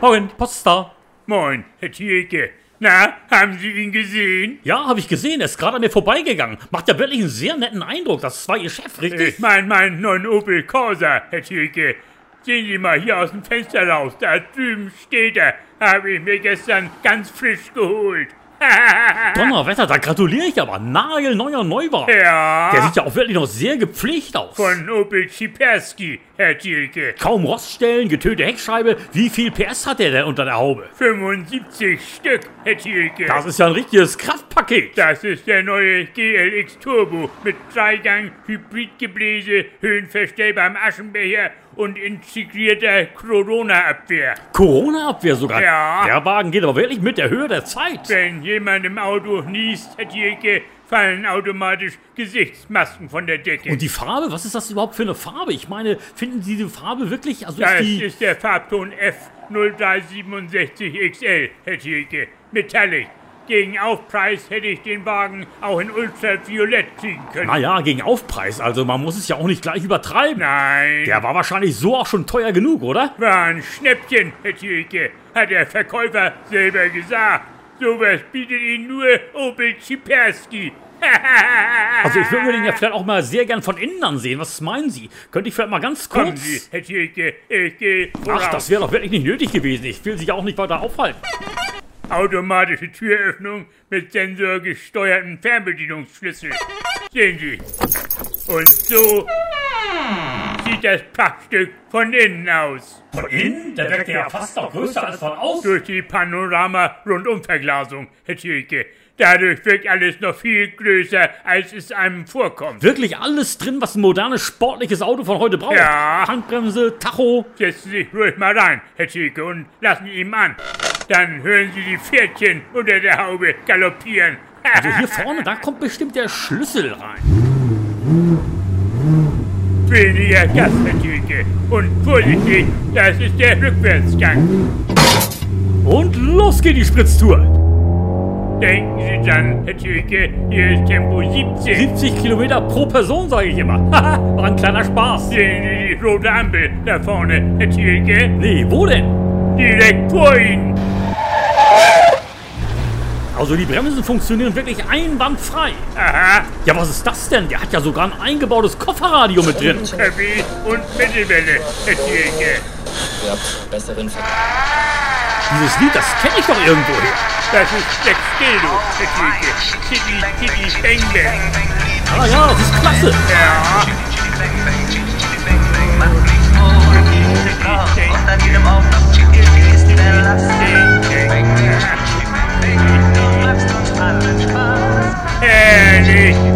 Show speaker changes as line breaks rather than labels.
Moin, die Post ist da.
Moin, Herr Thielke. Na, haben Sie ihn gesehen?
Ja, habe ich gesehen, er ist gerade an mir vorbeigegangen. Macht ja wirklich einen sehr netten Eindruck. Das war Ihr Chef, richtig?
Ich Äh, mein, meinen neuen Opel Corsa, Herr Thielke. Sehen Sie mal hier aus dem Fenster raus, da drüben steht er. Habe ich mir gestern ganz frisch geholt.
Donnerwetter, da gratuliere ich aber. Nagelneuer Neubau.
ja,
Der sieht ja auch wirklich noch sehr gepflegt aus.
von Opel Schiperski, Herr Thielke.
Kaum Roststellen, getönte Heckscheibe. Wie viel PS hat der denn unter der Haube?
75 Stück, Herr Thielke.
Das ist ja ein richtiges Kraftpaket.
Das ist der neue GLX Turbo mit Dreigang, Hybridgebläse, höhenverstellbarem Aschenbecher und integrierter Corona-Abwehr.
Corona-Abwehr sogar.
Ja.
Der Wagen geht aber wirklich mit der Höhe der Zeit.
Wenn jemand im Auto niest, Herr Dieke, fallen automatisch Gesichtsmasken von der Decke.
Und die Farbe, was ist das überhaupt für eine Farbe? Ich meine, finden Sie die Farbe wirklich, also
das
ist die...
ist der Farbton F0367XL, Herr Dieke. Metallic. Gegen Aufpreis hätte ich den Wagen auch in Ultraviolett kriegen können.
Naja, gegen Aufpreis, also man muss es ja auch nicht gleich übertreiben.
Nein.
Der war wahrscheinlich so auch schon teuer genug, oder?
War ein Schnäppchen, Herr Thielke, hat der Verkäufer selber gesagt. Sowas bietet Ihnen nur Opel Schiperski.
Also ich würde den ja vielleicht auch mal sehr gern von innen ansehen. Was meinen Sie? Könnte ich vielleicht mal ganz
Kommen Sie,
kurz...
Herr Thielke, ich gehe voraus.
Ach, das wäre doch wirklich nicht nötig gewesen. Ich will Sie ja auch nicht weiter aufhalten.
Automatische Türöffnung mit sensorgesteuerten Fernbedienungsschlüssel. Sehen Sie. Und so sieht das Prachtstück von innen aus.
Von innen? Der wirkte ja fast noch größer als von außen.
Durch die Panorama-Rundumverglasung, Herr Thielke. Dadurch wirkt alles noch viel größer, als es einem vorkommt.
Wirklich alles drin, was ein modernes, sportliches Auto von heute braucht.
Ja.
Handbremse, Tacho.
Setzen Sie sich ruhig mal rein, Herr Zielke, und lassen Sie ihm an. Dann hören Sie die Pferdchen unter der Haube galoppieren.
Also hier vorne, da kommt bestimmt der Schlüssel rein.
Weniger Gas, Herr Zielke. Und vorsichtig, das ist der Rückwärtsgang.
Und los geht die Spritztour.
Denken Sie dran, Herr Zielke, hier ist Tempo 17.
70 Kilometer pro Person, sage ich immer. Haha, war ein kleiner Spaß.
Sehen Sie die rote Ampel da vorne, Herr Zielke?
Nee, wo denn?
Direkt vor Ihnen.
Also die Bremsen funktionieren wirklich einwandfrei.
Aha,
Ja, was ist das denn? Der hat ja sogar ein eingebautes Kofferradio mit drin.
Köppi und Mittelwelle, Herr Zielke.
Ja, besseren Ver
Dieses Lied, das kenne ich doch irgendwo her.
Das ist Jack Stildo, Herr Zielke. Kitty, Kitty, Bang, Bang.
Ah ja, das ist klasse.
Ja. Herrlich,